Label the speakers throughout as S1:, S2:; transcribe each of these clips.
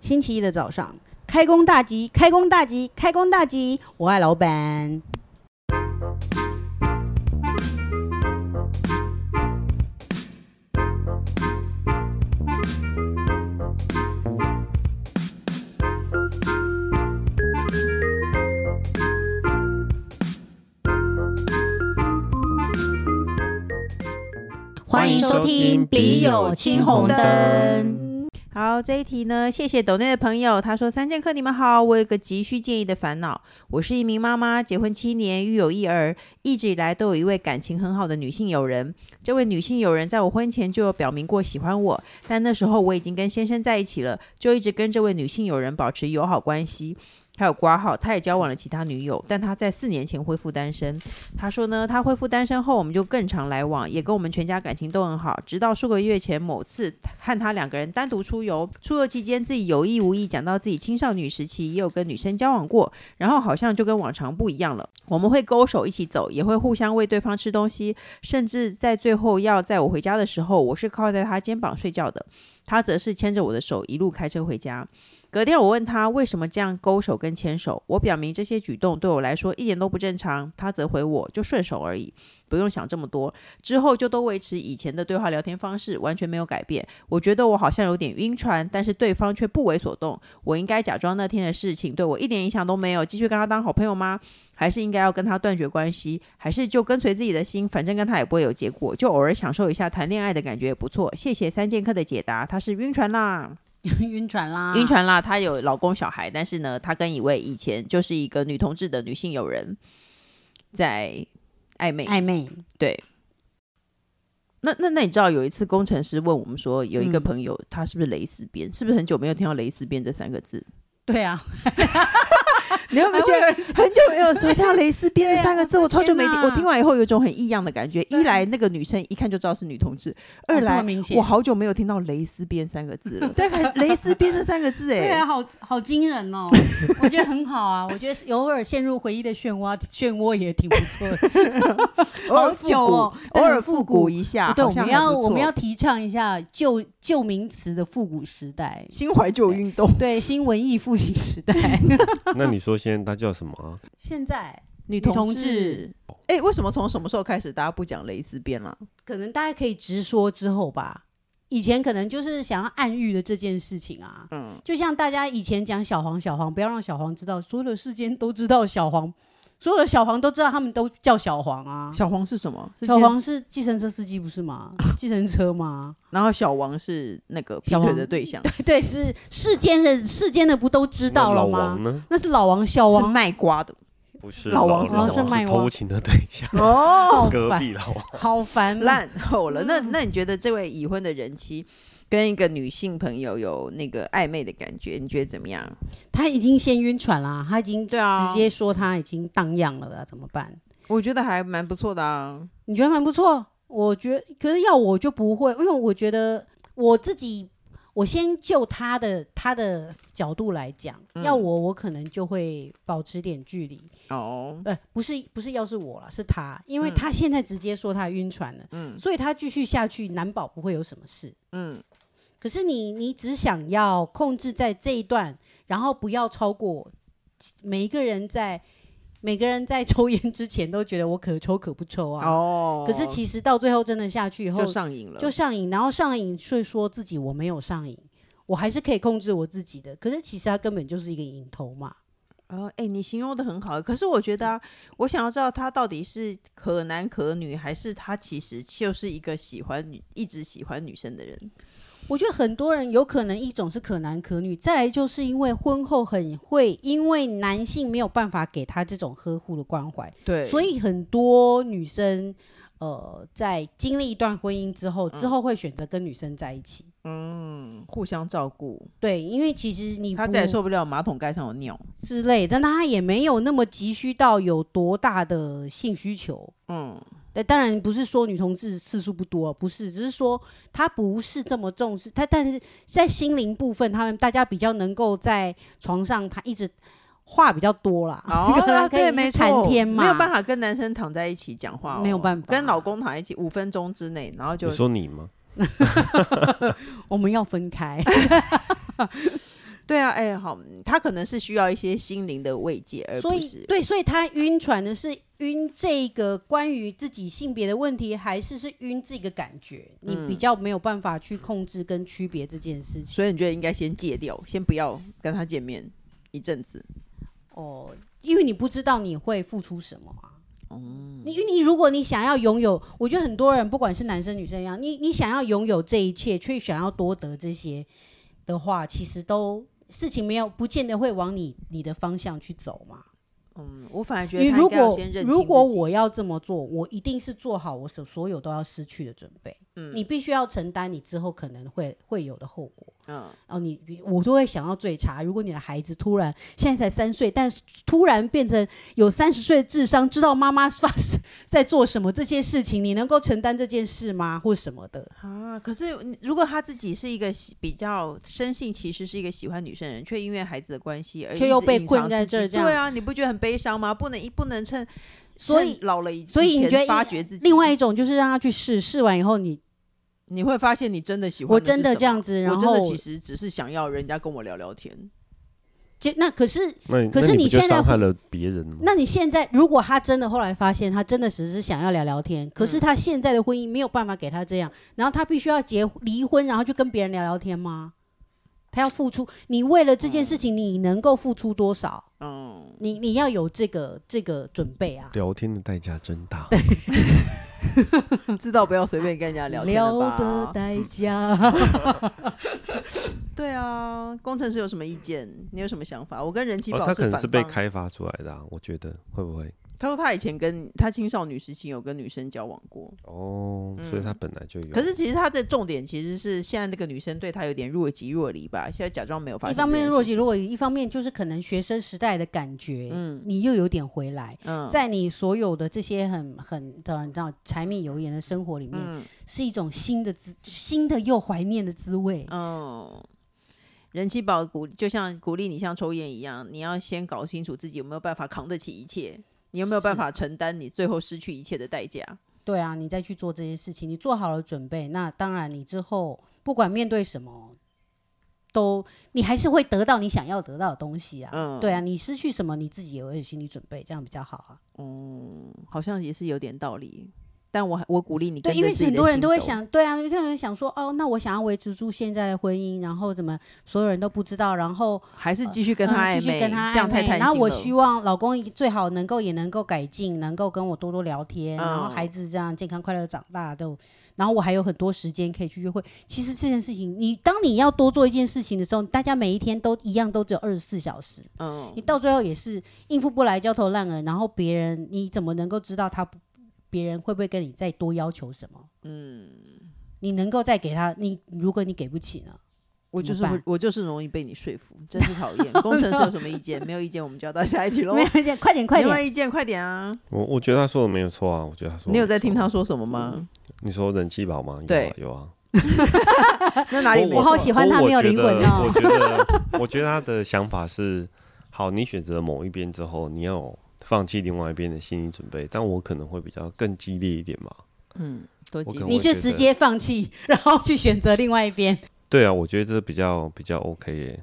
S1: 星期一的早上，开工大吉，开工大吉，开工大吉！我爱老板。
S2: 欢迎收听《笔友青红灯》。
S3: 好，这一题呢，谢谢抖内的朋友，他说：“三剑客，你们好，我有个急需建议的烦恼。我是一名妈妈，结婚七年，育有一儿，一直以来都有一位感情很好的女性友人。这位女性友人在我婚前就有表明过喜欢我，但那时候我已经跟先生在一起了，就一直跟这位女性友人保持友好关系。”还有挂号，他也交往了其他女友，但他在四年前恢复单身。他说呢，他恢复单身后，我们就更常来往，也跟我们全家感情都很好。直到数个月前某次和他两个人单独出游，出游期间自己有意无意讲到自己青少女时期也有跟女生交往过，然后好像就跟往常不一样了。我们会勾手一起走，也会互相喂对方吃东西，甚至在最后要载我回家的时候，我是靠在他肩膀睡觉的，他则是牵着我的手一路开车回家。隔天我问他为什么这样勾手跟牵手，我表明这些举动对我来说一点都不正常，他则回我就顺手而已，不用想这么多。之后就都维持以前的对话聊天方式，完全没有改变。我觉得我好像有点晕船，但是对方却不为所动。我应该假装那天的事情对我一点影响都没有，继续跟他当好朋友吗？还是应该要跟他断绝关系？还是就跟随自己的心，反正跟他也不会有结果，就偶尔享受一下谈恋爱的感觉也不错。谢谢三剑客的解答，他是晕船啦。
S2: 晕船啦，
S3: 晕。船啦，她有老公小孩，但是呢，她跟一位以前就是一个女同志的女性友人在暧昧。
S1: 暧昧，
S3: 对，那那那你知道有一次工程师问我们说，有一个
S1: 嗯
S3: 朋友、他是不是蕾丝边？是不是很久没有听到蕾丝边这三个字？
S2: 对啊，
S3: 你 有没有觉啊得 很久没有说到蕾丝边这三 个字？我超久没听，
S2: 天哪
S3: 我听完以后有一种很异样的感觉。
S2: 对
S3: 一来那个女生一看就知道是女同志，
S2: 哦
S3: 二
S2: 这么
S3: 来
S2: 明显
S3: 我好久没有听到蕾丝边三个字了。 大概蕾丝边这三个字，
S2: 对
S3: 哎
S2: 啊，，好好惊人 哦！我觉得很好啊，我觉得偶尔陷入回忆的漩涡，漩涡也挺不错的。
S3: 偶尔
S2: 好
S3: 复古，
S2: 久哦
S3: 偶
S2: 但很
S3: 尔复
S2: 复
S3: 古
S2: 古哦
S3: 一下，
S2: 对，
S3: 好
S2: 我
S3: 像
S2: 们
S3: 还
S2: 要
S3: 不
S2: 我们
S3: 错
S2: 要提倡一下旧旧名词的复古时代，
S3: 心怀旧运动。
S2: 对新文艺复兴时代。
S4: 那你说现在它叫什么啊？
S2: 现在
S3: 女
S2: 同
S3: 同
S2: 志，
S3: 哎、为什么从什么时候开始大家不讲蕾丝边啊了？
S2: 可能大家可以直说之后吧，以前可能就是想要暗喻的这件事情啊，
S3: 嗯，
S2: 就像大家以前讲小黄，小黄不要让小黄知道，所有的世间都知道小黄，所有的小黄都知道，他们都叫小黄啊。
S3: 小黄是什么？是
S2: 小
S3: 尖，
S2: 黄是计程车司机不是吗？计程车吗？
S3: 然后小王是那个劈
S2: 小
S3: 腿
S2: 王
S3: 的对象，
S2: 对，是世间的世间的不都知道
S4: 那
S2: 了
S4: 老
S2: 吗
S4: 王？呢？
S2: 那是老王小
S3: 是
S2: 王，
S3: 卖瓜 的
S4: 不是
S3: 老王
S4: 王
S3: 是
S4: 老
S3: 什么
S2: 是卖王
S4: 偷情的对 象，
S3: 哦，
S2: 好
S4: 隔
S2: 烦，
S4: 壁老王。
S2: 好烦啊，
S3: 烂透了。那那你觉得这位已婚的人妻跟一个女性朋友有那个暧昧的感觉，你觉得怎么样？
S2: 他已经先晕船啦，他已经
S3: 对啊
S2: 直接说他已经荡漾了啊啦，怎么办？
S3: 我觉得还蛮不错的啊。
S2: 你觉得蛮不错，我觉得，可是要我就不会，因为我觉得我自己，我先就他的他的角度来讲，
S3: 嗯
S2: 要我我可能就会保持点距离，
S3: 哦，
S2: 呃，不是不是，要是我了，是他，因为
S3: 嗯
S2: 他现在直接说他晕船了，
S3: 嗯
S2: 所以他继续下去，难保不会有什么事。
S3: 嗯，
S2: 可是你你只想要控制在这一段，然后不要超过每一个人在每个人在抽烟之前都觉得我可抽可不抽啊。
S3: 哦，
S2: 可是其实到最后真的下去以后
S3: 就上瘾了，
S2: 就上瘾，然后上瘾却说自己我没有上瘾，我还是可以控制我自己的。可是其实他根本就是一个瘾头嘛。
S3: 哦，哎、你形容的很好，可是我觉得、啊，我想要知道他到底是可男可女，还是他其实就是一个喜欢女、一直喜欢女生的人。
S2: 我觉得很多人有可能一种是可男可女，再来就是因为婚后很会，因为男性没有办法给他这种呵护的关怀，
S3: 对
S2: 所以很多女生呃在经历一段婚姻之后，之后会选择跟女生在一起。
S3: 嗯，互相照顾，
S2: 对，因为其实你
S3: 他
S2: 不
S3: 再也受不了马桶盖上有尿。
S2: 之类，但他也没有那么急需到有多大的性需求。
S3: 嗯，
S2: 对，当然不是说女同志次数不多，不是，只是说她不是这么重视她，但是在心灵部分，他们大家比较能够在床上，她一直话比较多啦。
S3: 哦
S2: 可，能
S3: 啊
S2: 可以
S3: 对，没
S2: 一直
S3: 错，
S2: 谈天嘛，
S3: 没有办。法跟男生躺在一起讲话、哦，
S2: 没有办法
S3: 跟老公躺在一起五分钟之内，然后就
S4: 你说你吗？
S2: 我们要分开，
S3: 对啊，哎、好，他可能是需要一些心灵的慰藉，而
S2: 所
S3: 呃不
S2: 以
S3: 是
S2: 对，所以他晕船的是晕这个关于自己性别的问题，还是是晕这个感觉？你
S3: 嗯
S2: 比较没有办法去控制跟区别这件事情。
S3: 所以你觉得应该先戒掉，先不要跟他见面一阵子。
S2: 哦，因为你不知道你会付出什么啊。你你如果你想要拥有，我觉得很多人不管是男生女生一样，你你想要拥有这一切，却想要多得这些的话，其实都事情没有不见得会往你你的方向去走嘛。
S3: 嗯，我反而觉
S2: 因为
S3: 得他
S2: 如
S3: 应该要
S2: 果
S3: 先认清
S2: 如果
S3: 自己
S2: 我要这么做，我一定是做好我所所有都要失去的准备。
S3: 嗯
S2: 你必须要承担你之后可能会会有的后果。
S3: 嗯
S2: 哦，你你我都会想到最差。如果你的孩子突然现在才三岁，但是突然变成有三十岁的智商，知道妈妈发生在做什么这些事情，你能够承担这件事吗？或什么的？
S3: 啊，可是你如果他自己是一个喜比较深信其实是一个喜欢女生的人，却因为孩子的关系而
S2: 却
S3: 一
S2: 又
S3: 直
S2: 被
S3: 隐
S2: 困
S3: 藏
S2: 在
S3: 自
S2: 这儿
S3: 己
S2: 这样
S3: 对啊，你不觉得很悲伤吗？不能一不能趁
S2: 所
S3: 趁
S2: 以
S3: 老了以
S2: 所以你
S3: 前
S2: 觉得
S3: 发掘自己，
S2: 另外一种就是让他去试，试完以后你
S3: 你会发现你真的喜欢
S2: 我
S3: 是
S2: 真的
S3: 什
S2: 这样
S3: 么
S2: 子，
S3: 我
S2: 然
S3: 真
S2: 后
S3: 的其实只是想要人家跟我聊聊天。
S2: 结那可是
S4: 那
S2: 可
S4: 那
S2: 是你
S4: 你不就
S2: 现在
S4: 伤
S2: 会
S4: 害了别人吗？
S2: 那你现在，如果他真的后来发现他真的只是想要聊聊天，可
S3: 嗯
S2: 是他现在的婚姻没有办法给他这样，然后他必须要结离婚，然后就跟别人聊聊天吗？他要付出，你为了这件事情，你能够付出多少？
S3: 嗯，
S2: 你你要有这个这个准备啊。
S4: 聊天的代价真大。
S3: 知道不要随便跟人家聊天了
S2: 聊的
S3: 吧？
S2: 代价，
S3: 对啊，工程师有什么意见？你有什么想法？我跟人气
S4: 哦，
S3: 宝
S4: 他可能
S3: 反
S4: 是被
S3: 方
S4: 开发出来的、啊，我觉得会不会？
S3: 他说他以前跟他青少女时期有跟女生交往过，
S4: 哦，所以他
S3: 嗯
S4: 本来就有。
S3: 可是其实他的重点其实是现在那个女生对他有点若即若离吧，现在假装没有发
S2: 一
S3: 生。
S2: 方面若即，若离，一方面就是可能学生时代的感觉，
S3: 嗯
S2: 你又有点回来，
S3: 嗯，
S2: 在你所有的这些很很的你知道柴米油盐的生活里面，
S3: 嗯
S2: 是一种新的滋，新的又怀念的滋味。
S3: 嗯，人气宝鼓就像鼓励你像抽烟一样，你要先搞清楚自己有没有办法扛得起一切，你有没有办
S2: 是
S3: 法承担你最后失去一切的代价。
S2: 对啊，你再去做这些事情，你做好了准备，那当然你之后不管面对什么，都你还是会得到你想要得到的东西啊。
S3: 嗯
S2: 对啊，你失去什么，你自己也会有心理准备，这样比较好啊。
S3: 嗯，好像也是有点道理，但我还我鼓励你跟
S2: 对，
S3: 着
S2: 因为
S3: 自己
S2: 很
S3: 的
S2: 多人
S3: 心
S2: 都会
S3: 走，
S2: 想，对啊，有些人想说，哦，那我想要维持住现在的婚姻，然后怎么所有人都不知道，然后
S3: 还是继续跟
S2: 嗯
S3: 他暧
S2: 继续
S3: 昧，
S2: 跟他
S3: 这样
S2: 暧
S3: 太
S2: 昧
S3: 贪
S2: 然后
S3: 心
S2: 我
S3: 了
S2: 希望老公最好能够也能够改进，能够跟我多多聊天，然后
S3: 嗯
S2: 孩子这样健康快乐长大都，然后我还有很多时间可以去约会。其实这件事情，你当你要多做一件事情的时候，大家每一天都一样，都只有二十四小时，
S3: 嗯
S2: 你到最后也是应付不来，焦头烂额，然后别人你怎么能够知道他不别人会不会跟你再多要求什么？
S3: 嗯。
S2: 你能够再给他，你如果你给不起呢？
S3: 我
S2: 怎
S3: 就
S2: 么
S3: 是会
S2: 办
S3: 我就是容易被你说服，真是讨厌。工程师有什么意见？没有意见，我们就要到下一题喽
S2: 没。有，见，快点快
S3: 没有
S2: 点，
S3: 意见，快点啊！
S4: 我我觉得他说的没有错啊，我觉得他说的
S3: 你有
S4: 没
S3: 在听
S4: 错
S3: 他？说什么吗？
S4: 你说人气宝吗？有啊
S3: 对
S4: 有啊。
S3: 那哪里没
S2: 我好
S3: 错
S2: 喜欢他
S4: 我
S2: 没有
S4: 觉
S2: 灵
S4: 得
S2: 魂哦
S4: 我觉得，我觉得他的想法是：好，你选择某一边之后，你要有放弃另外一边的心理准备。但我可能会比较更激烈一点嘛。
S3: 嗯，多
S4: 我
S3: 激
S4: 跟
S3: 烈
S2: 你就
S4: 觉
S2: 直
S4: 得
S2: 接放弃， 然后去选择另外一边。
S4: 对啊，我觉得这比较比较 OK 耶、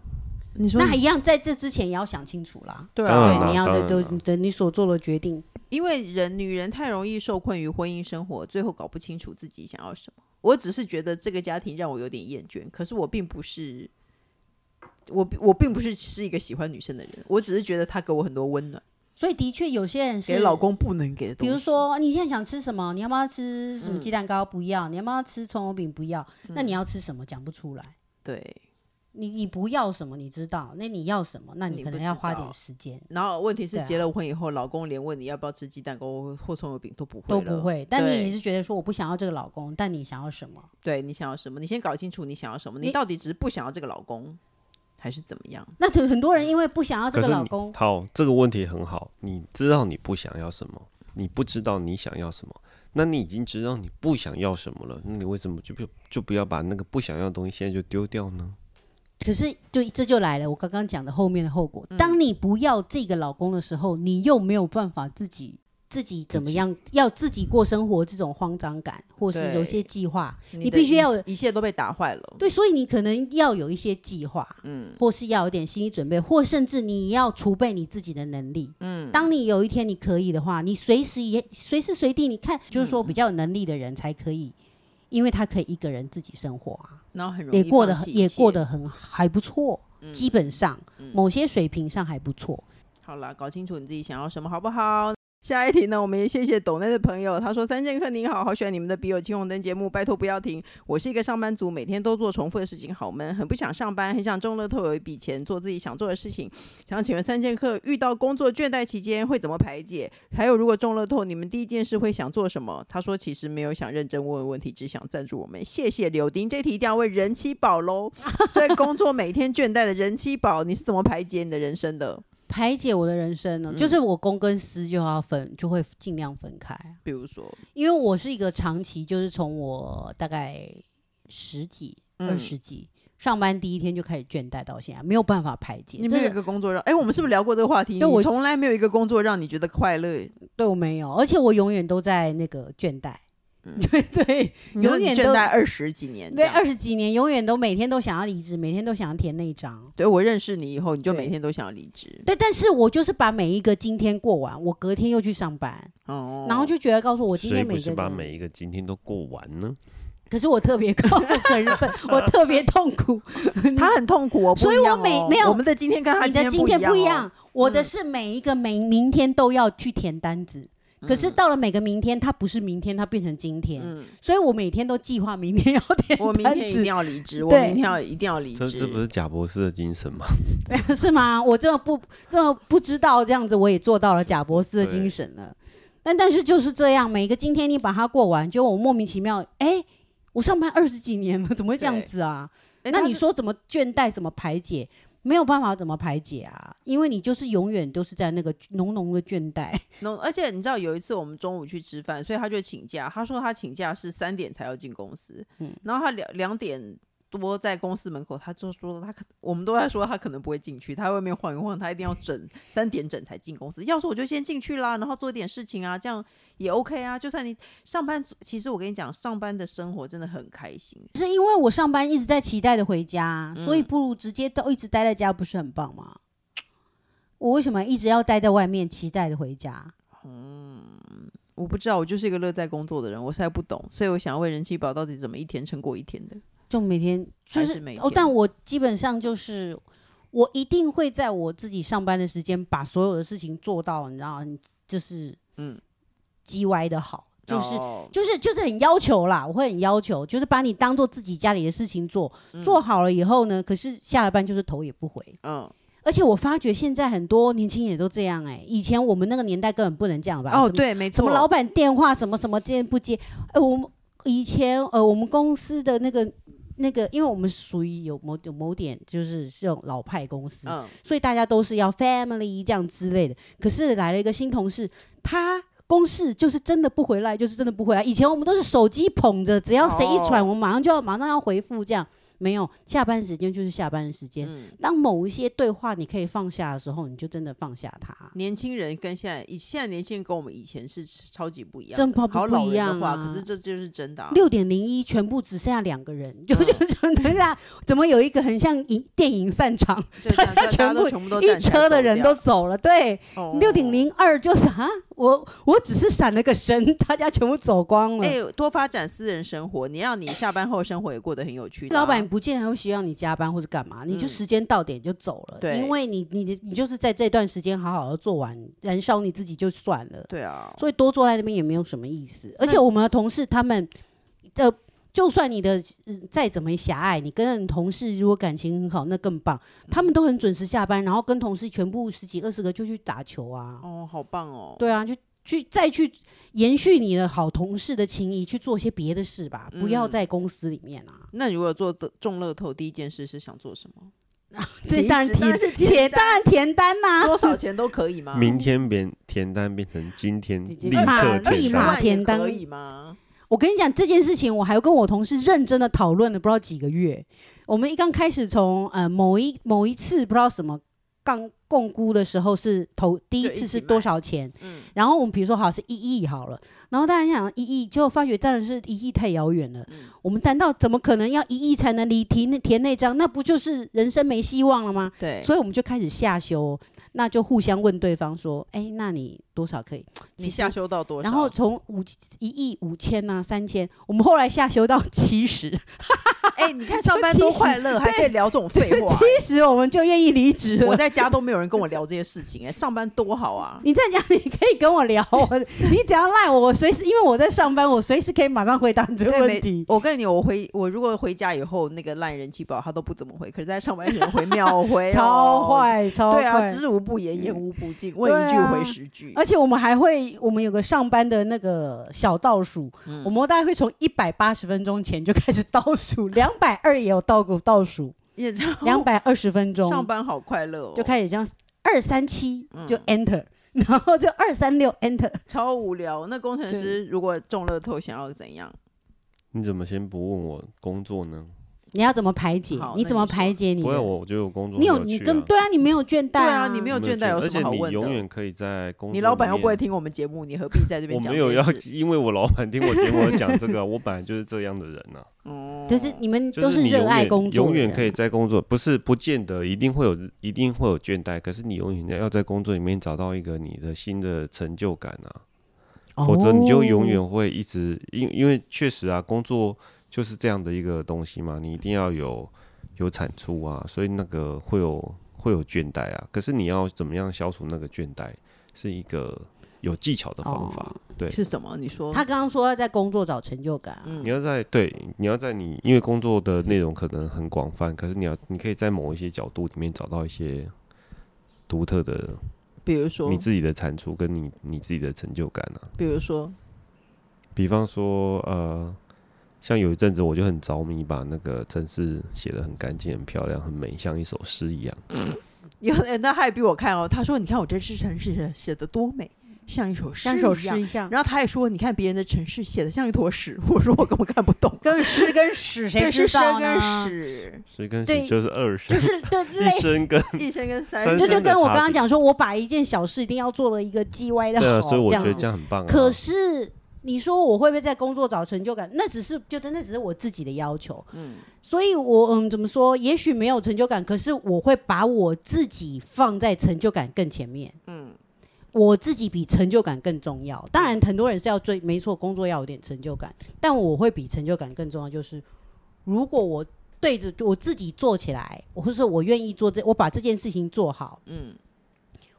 S3: 你说
S2: 那一样，在这之前也要想清楚啦。
S3: 对
S4: 当然
S3: 啊
S4: 啦，
S2: 你要
S4: 当
S2: 的
S4: 然
S2: 都
S4: 啦
S2: 的你所做的决定，
S3: 因为人女人太容易受困于婚姻生活，最后搞不清楚自己想要什么。我只是觉得这个家庭让我有点厌倦，可是我并不是。我我并不是是一个喜欢女生的人，我只是觉得她给我很多温暖，
S2: 所以的确有些人是
S3: 给老，公不能给的
S2: 比
S3: 东西。嗯
S2: 如，说你现在想吃什么，你要不要吃什么鸡蛋糕？不要，你要不要吃葱油饼？不要，那你要吃什么？讲不出来。
S3: 对，
S2: 你你不要什么，你知道？那你要什么？那
S3: 你
S2: 你可
S3: 不
S2: 能要
S3: 知
S2: 花
S3: 道
S2: 点时间，
S3: 然后问题是
S2: 对啊
S3: 结了婚以后，老公连问你要不要吃鸡蛋糕或葱油饼都不会
S2: 都
S3: 了，
S2: 不会。但你
S3: 对
S2: 也是觉得说我不想要这个老公，但你想要什么？
S3: 对你想要什么，你先搞清楚你想要什么，你
S2: 你
S3: 到底只是不想要这个老公，还是怎么样？
S2: 那很很多人因为不想要这
S4: 可
S2: 个
S4: 是
S2: 老
S4: 你
S2: 公，
S4: 好，这个问题很好。你知道你不想要什么，你不知道你想要什么，那你已经知道你不想要什么了，那你为什么就不就不要把那个不想要的东西现在就丢掉呢？
S2: 可是就这就来了，我
S3: 嗯
S2: 刚刚讲的后面的后果。当你不要这个老公的时候，你又没有办法自己自己怎么样，要自己过生活这种慌张感，或是有一些
S3: 对
S2: 计划，
S3: 你
S2: 你
S3: 的
S2: 必须
S3: 一
S2: 要有
S3: 一切都被打坏了。
S2: 对，所以你可能要有一些计划，
S3: 嗯
S2: 或是要有点心理准备，或甚至你要储备你自己的能力。
S3: 嗯，
S2: 当你有一天你可以的话，你随时也随时随地，你看，就是说比较有能力的人才可以，因为他可以一个人自己生活啊，
S3: 然后很容易
S2: 也过得
S3: 放弃
S2: 很
S3: 一
S2: 也过
S3: 切
S2: 得很还不错，
S3: 嗯
S2: 基本上
S3: 嗯
S2: 某些水平上还不错。
S3: 好了，搞清楚你自己想要什么，好不好？下一题呢，我们也谢谢抖内的朋友，他说：“三剑客您好，好喜欢你们的《笔友青红灯》节目，拜托不要停。我是一个上班族，每天都做重复的事情，好闷，很不想上班，很想中乐透有一笔钱做自己想做的事情。想请问三剑客，遇到工作倦怠期间会怎么排解？还有，如果中乐透，你们第一件事会想做什么？”他说：“其实没有想认真问问题，只想赞助我们。谢谢柳丁，这题一定要为人妻宝喽。 所以工作每天倦怠的人妻宝，你是怎么排解你的人生的？
S2: 排解我的人生呢，
S3: 嗯
S2: 就是我公跟私就要分，就会尽量分开啊。
S3: 比如说。”
S2: 因为我是一个长期，就是从我大概十几、
S3: 嗯
S2: 二十几、上班第一天就开始倦怠，到现在没有办法排解。
S3: 你
S2: 这
S3: 没有一
S2: 个
S3: 个工作让，哎，我们是不是聊过这个话题？
S2: 对我
S3: 你从来没有一个工作让你觉得快乐，
S2: 对我没有，而且我永远都在那个倦怠。
S3: 嗯
S2: 对对，
S3: 你说
S2: 永
S3: 你
S2: 远
S3: 倦
S2: 都
S3: 怠二十几年这
S2: 对
S3: 样。
S2: 二十几年，永远都每天都想要离职，每天都想要填那一张。
S3: 对我认识你以后，你就
S2: 对
S3: 每天都想要离职，
S2: 对，但是我就是把每一个今天过完，我隔天又去上班，
S3: 哦，
S2: 然后就觉得告诉我今
S4: 谁
S2: 天每
S4: 不
S2: 个
S4: 是
S2: 人，
S4: 把每一个今天都过完呢？
S2: 可是我特别 高，我很笨，我特别痛苦。
S3: 他很痛苦哦，不
S2: 所以
S3: 一样
S2: 我每
S3: 哦
S2: 没有
S3: 我们的今天跟他
S2: 你的今
S3: 天
S2: 天不一
S3: 哦
S2: 样，，我的
S3: 嗯
S2: 是每一个每明天都要去填单子，可是
S3: 嗯
S2: 到了每个明天，它不是明天，它变成今天，
S3: 嗯，
S2: 所以我每天都计划明天要填
S3: 我明
S2: 单
S3: 天一定
S2: 子，
S3: 要离 职，我
S2: 对
S3: 明天要一定要离
S4: 这这不
S3: 职。
S4: 是贾博士的精神吗？
S2: 是吗？我这不这不知道这样子，我也做到了贾博士的
S4: 对
S2: 精神了。但但是就是这样，每一个今天你把它过完，结果我莫名其妙，哎、我上班二十几年了，怎么会这样
S3: 对
S2: 子啊？
S3: 哎
S2: 那
S3: 他
S2: 你
S3: 是
S2: 说怎么倦怠，怎么排解？没有办法怎么排解啊？因为你就是永远都是在那个浓浓的倦怠。
S3: no，而且你知道有一次我们中午去吃饭，所以他就请假。他说他请假是三点才要进公司，
S2: 嗯
S3: 然后他两两点多在公司门口，他就说他可我们都在说他可能不会进去，他在外面晃一晃，他一定要整三点整才进公司。要是我就先进去啦，然后做一点事情啊，这样也 OK 啊。就算你上班族，其实我跟你讲，上班的生活真的很开心。
S2: 是因为我上班一直在期待的回家，
S3: 嗯
S2: 所以不如直接都一直待在家，不是很棒吗？我为什么一直要待在外面期待的回家？
S3: 我不知道，我就是一个乐在工作的人，我实在不懂，所以我想要问人气宝到底怎么一天撑过一天的。
S2: 就每天就
S3: 还
S2: 是
S3: 是每
S2: 哦
S3: 天，
S2: 但我基本上就是我一定会在我自己上班的时间把所有的事情做到，你知道，你就是
S3: 嗯
S2: 嗯，G Y 的好，就是
S3: 哦
S2: 就是就是很要求啦，我会很要求，就是把你当做自己家里的事情做，做好了以后呢，可是下了班就是头也不回。
S3: 嗯
S2: 而且我发觉现在很多年轻人也都这样哎、以前我们那个年代根本不能这样吧？
S3: 哦
S2: 什么，
S3: 对，没
S2: 什
S3: 错，
S2: 么老板电话什么什么接不接？呃，我们以前呃，我们公司的那个那个，因为我们属于有某某点就是这种老派公司，
S3: 嗯。
S2: 所以大家都是要 family 这样之类的。可是来了一个新同事，他公事就是真的不回来，就是真的不回来。以前我们都是手机捧着，只要谁一
S3: 哦
S2: 传，我们马上就要马上要回复这样。没有下班时间就是下班时间。
S3: 嗯
S2: 当某一些对话你可以放下的时候，你就真的放下它。
S3: 年轻人跟现在以现在年轻人跟我们以前是超级不一样的，
S2: 真不
S3: 好
S2: 不
S3: 老
S2: 一
S3: 人的
S2: 样
S3: 话，
S2: 啊
S3: 可是这就是真的、啊。
S2: 六点零一，全部只剩下两个人，就就就等一下，怎么有一个很像影电影散场，
S3: 就像大
S2: 大家
S3: 家
S2: 全
S3: 都
S2: 部
S3: 全部都
S2: 一
S3: 站起来
S2: 车的
S3: 走
S2: 人
S3: 掉
S2: 都走了，对，
S3: 哦
S2: 六点零二就是啊，我我只是闪了个身，大家全部走光了。
S3: 哎、多发展私人生活，你让你下班后生活也过得很有趣的啊、
S2: 老板不见得会需要你加班或者干嘛，你就
S3: 嗯
S2: 时间到点就走了，
S3: 对
S2: 因为你你你就是在这段时间好好的做完，燃烧你自己就算了，
S3: 对啊，
S2: 所以多坐在那边也没有什么意思。而且
S3: 那
S2: 我们的同事他们的。就算你的、呃再怎么狭隘，你跟同事如果感情很好，那更棒。他
S3: 嗯
S2: 们都很准时下班，然后跟同事全部十几二十个就去打球啊。
S3: 哦，好棒哦。
S2: 对啊，就去再去延续你的好同事的情谊，去做些别的事吧，不要
S3: 嗯
S2: 在公司里面 啊。
S3: 那你如果做的中乐透，第一件事是想做什么？
S2: 对，
S3: 离
S2: 当然
S3: 职当然是填哦
S2: 且当然填单呐、
S3: 多少钱都 可以吗？
S4: 明天变填单变成今天，
S2: 已经
S4: 立
S2: 立马
S3: 啊
S4: 刻
S2: 啊立
S4: 填
S2: 马
S4: 单。
S3: 也
S2: 填单
S3: 可以吗？
S2: 我跟你讲这件事情，我还跟我同事认真的讨论了不知道几个月。我们一刚开始从呃某一某一次不知道什么杠共估的时候是投第一
S3: 就一
S2: 次
S3: 起
S2: 是
S3: 买
S2: 多少钱，
S3: 嗯
S2: 然后我们比如说好是一亿好了，然后大家想一亿，结果发觉当然是一亿太遥远了。
S3: 嗯
S2: 我们难道怎么可能要一亿才能离题那填那张？那不就是人生没希望了吗？
S3: 对，
S2: 所以我们就开始下修哦，那就互相问对方说：“哎，那你多少可以？”
S3: 你下修到多
S2: 然
S3: 少？
S2: 后从五一亿五千呐、三千，我们后来下修到七十，
S3: 哎、你看上班多快乐，还可以聊这种废 话。
S2: 七十我们就愿意离职
S3: 我
S2: 了。
S3: 在家都没有人跟我聊这些事情、哎，上班多好啊！
S2: 你在家你可以跟我聊，我 你只要赖我，我随时因为我在上班，我随时可以马上回答你这个
S3: 对，
S2: 问
S3: 没
S2: 题，。
S3: 我跟你，我回我如果回家以后，那个烂人气宝他都不怎么回，可是，在上班前回秒 回、
S2: 超。坏，超坏。
S3: 哎对啊，知无不言，言无不尽，问一句
S2: 对啊
S3: 回十句。
S2: 而且我们还会，我们有个上班的那个小倒数，
S3: 嗯
S2: 我们大概会从一百八十分钟前就开始倒数，两百二也有倒过倒数，
S3: 演唱
S2: 两百二十分钟
S3: 哦上班好快乐哦，
S2: 就开始这样，二三七
S3: 嗯
S2: 就 enter，、然后就二三六 enter，
S3: 超无聊。那工程师如果中乐透，想要怎样？
S4: 你怎么先不问我工作呢？
S2: 你要怎么排解
S3: 好？
S2: 你怎
S3: 那
S2: 么
S3: 你说
S2: 排解你
S4: 不会，啊
S2: 的？
S4: 我觉得我工作
S2: 你有
S4: 很
S2: 你
S4: 趣
S2: 根
S4: 啊
S2: 对啊，你没有倦怠
S3: 对啊你没有
S4: 没有
S3: 倦怠有
S4: 而
S3: 什
S4: 且
S3: 么好
S4: 你
S3: 问的
S4: 永远可以在工作。
S3: 你老板又不会？听我们节目，你何必在这
S4: 我
S3: 边讲
S4: 没
S3: 这
S4: 有要
S3: 些事？，
S4: 因为我老板听我节目而讲这个啊，我 本来就是这样的人呐、
S3: 哦
S2: 就是你们
S4: 就
S2: 都
S4: 你
S2: 热
S4: 永
S2: 爱
S4: 远
S2: 工作的
S4: 永
S2: 人，
S4: 远可以在工作，不是不见得一定会有，一定会有倦怠，可是你永远要在工作里面找到一个你的新的成就感啊，
S2: 哦，
S4: 否则你就永远会一直，因因为确实啊，工作就是这样的一个东西嘛，你一定要有有产出啊，所以那个会有会有倦怠啊，可是你要怎么样消除那个倦怠，是一个有技巧的方法。对
S3: 是什么？你说
S2: 他刚刚说要在工作找成就感
S3: 嗯
S2: 啊，
S4: 你要在对，你要在你因为工作的内容可能很广泛，可是你要你可以在某一些角度里面找到一些独特的
S3: 比如说
S4: 你，自己的产出跟你你自己的成就感啊。
S3: 比如说，
S4: 比方说，呃，像有一阵子我就很着迷，把那个城市写得很干净、很漂亮、很美，像一首诗一样。
S3: 有的人他还逼我看哦，他说：“你看我这只城市写的多美，像一首诗
S2: 像首
S3: 一
S2: 诗
S3: 样。
S2: 一样”，
S3: 然后他也说：“你看别人的城市写的像一坨屎。” 我说：“我根本看不懂，
S2: 跟诗跟屎谁
S3: 对是
S2: 知
S3: 生
S2: 道
S3: 跟
S2: 呢？
S3: 屎，
S4: 所以跟
S2: 对
S4: 就是 二
S2: 就
S4: 声，
S2: 是对
S4: 一
S2: 类
S4: 生跟
S3: 一生跟三
S4: 三
S2: 这
S3: 生
S4: 生
S2: 就
S4: 的
S2: 跟我
S4: 差
S2: 刚刚
S4: 别
S2: 讲说，我把一件小事一定要做的一个 G Y 的
S4: 对啊，
S2: 好，
S4: 所以我觉得
S2: 子
S4: 这样很棒啊。
S2: 可是你说我会不会在工作找成就感？那只是就真的只是我自己的要求。
S3: 嗯
S2: 所以我，嗯怎么说？也许没有成就感，可是我会把我自己放在成就感更前面。
S3: 嗯，
S2: 我自己比成就感更重要。当然，很多人是要追，没错，工作要有点成就感，但我会比成就感更重要。就是如果我对着我自己做起来，或者说我愿意做这，我把这件事情做好，嗯，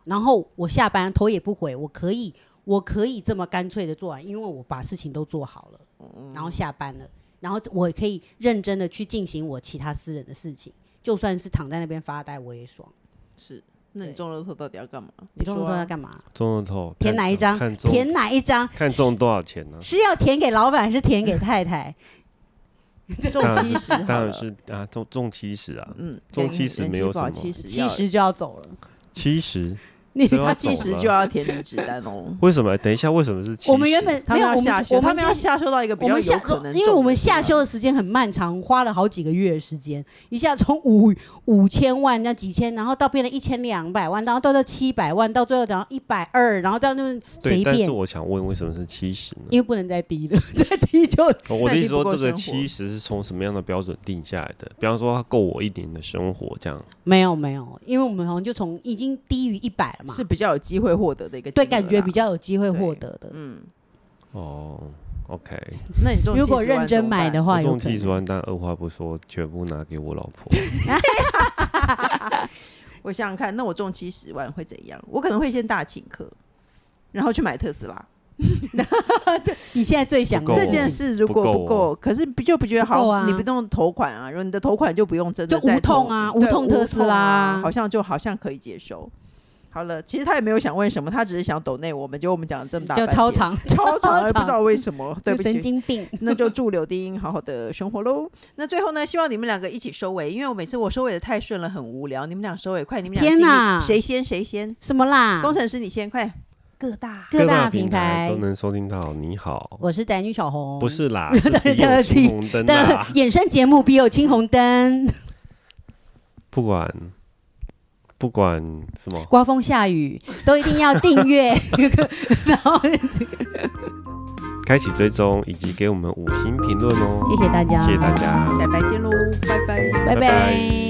S2: 然后我下班头也不回，我可以，我可以这么干脆的做完，因为我把事情都做好了，
S3: 嗯
S2: 然后下班了，然后我可以认真的去进行我其他私人的事情，就算是躺在那边发呆，我也爽。
S3: 是。那你
S2: 对
S3: 中乐透到底要干嘛？
S2: 你
S3: 说
S2: 中午都
S3: 啊
S2: 要干嘛？
S4: 中了头
S2: 填
S4: 看
S2: 哪一张
S4: 看？中嗯
S2: 填哪一张？
S4: 看中多少钱呢、
S2: 是要填给老板，还是填给太 太？
S3: 中
S4: 当然
S3: 七
S4: 是
S3: 十好了，
S4: 当然是啊，中中七十啊，
S3: 嗯，
S4: 中七十没有什么
S3: 七十
S2: 七十就要 走了。
S4: 七十。
S2: 你
S4: 这
S3: 他
S4: 要
S3: 七
S4: 走
S3: 十
S4: 了。
S3: 就要填离职 单哦
S4: 为什么？等一下，为什么是七十？
S2: 我们原本
S3: 他
S2: 没
S3: 们
S2: 有，
S3: 要
S2: 我
S3: 下
S2: 们
S3: 修，
S2: 我
S3: 他
S2: 们
S3: 们要
S2: 就
S3: 下修到一个比
S2: 我
S3: 较
S2: 们
S3: 有
S2: 下
S3: 可能中的地方，
S2: 因为我们下修的时间很漫长，花了好几个月的时间，一下从五五千万那几千，然后到变成一千两百万，然后到到七百万，到最后然后一百二，然后到那边
S4: 对，
S2: 随
S4: 但
S2: 便
S4: 是，我想问，为什么是七十呢？
S2: 因为不能再低了，再低就
S4: 哦我的意思说，
S3: 再低不够
S4: 这个
S3: 生活
S4: 七十是从什么样的标准定下来的？比方说，它够我一年的生活这样。
S2: 没有没有，因为我们好像就从已经低于一百了嘛，
S3: 是比较有机会获得的一个
S2: 对，
S3: 金额
S2: 感觉
S3: 啦
S2: 比较有机会获
S3: 对
S2: 得的。
S3: 嗯。
S4: 哦，OK，
S3: 那你中
S2: 如果
S3: 70万
S2: 认真
S3: 怎么办
S2: 买的
S4: 我
S2: 话，有
S4: 中
S2: 可
S4: 七十
S2: 能。
S4: 万，但二话不说，全部拿给我老婆。
S3: 我想想看，那我中七十万会怎样？我可能会先大请客，然后去买特斯拉。
S2: 你现在最想
S4: 不够
S2: 的
S4: 哦
S2: 事
S3: 这
S2: 情
S3: 件事如果
S4: 不够啊
S3: 不够，可是不就不觉得好
S2: 不够
S3: 像？
S2: 啊
S3: 你不用投款啊，然后你的投款就不用真的
S2: 就
S3: 再
S2: 无
S3: 投
S2: 痛啊
S3: 对
S2: 无痛特斯拉
S3: 无痛啊好像就好像可以接受。好了，其实他也没有想问什么，他只是想抖内我们，就我们讲了这么大
S2: 就
S3: 半天
S2: 超，长，
S3: 超长，也
S2: 超
S3: 不知道为 什么，对不
S2: 就
S3: 起
S2: 神，经病。
S3: 那就祝柳丁好好的生活喽。那最后呢，希望你们两个一起收尾，因为我每次我收尾的太顺了，很无聊。你们俩收尾快，你们俩
S2: 天
S3: 尽力
S2: 哪
S3: 谁先谁先？
S2: 什么啦？
S3: 工程师你先快，各大
S2: 各
S4: 大
S2: 平
S4: 台都能收听到。你好，
S2: 我是宅女小红，
S4: 不是啦，是
S2: 对
S4: 笔友
S2: 不起
S4: 青红灯
S2: 的啊
S4: 啦。
S2: 衍生节目《笔友青红灯》。
S4: 不管不管什么，
S2: 刮风下雨都一定要订 阅，然后
S4: 开启追踪以及给我们五星评论哦，
S2: 谢谢大家，
S4: 谢谢大家，
S3: 下礼拜见喽，拜拜。
S4: 拜
S2: 拜
S4: 拜
S2: 拜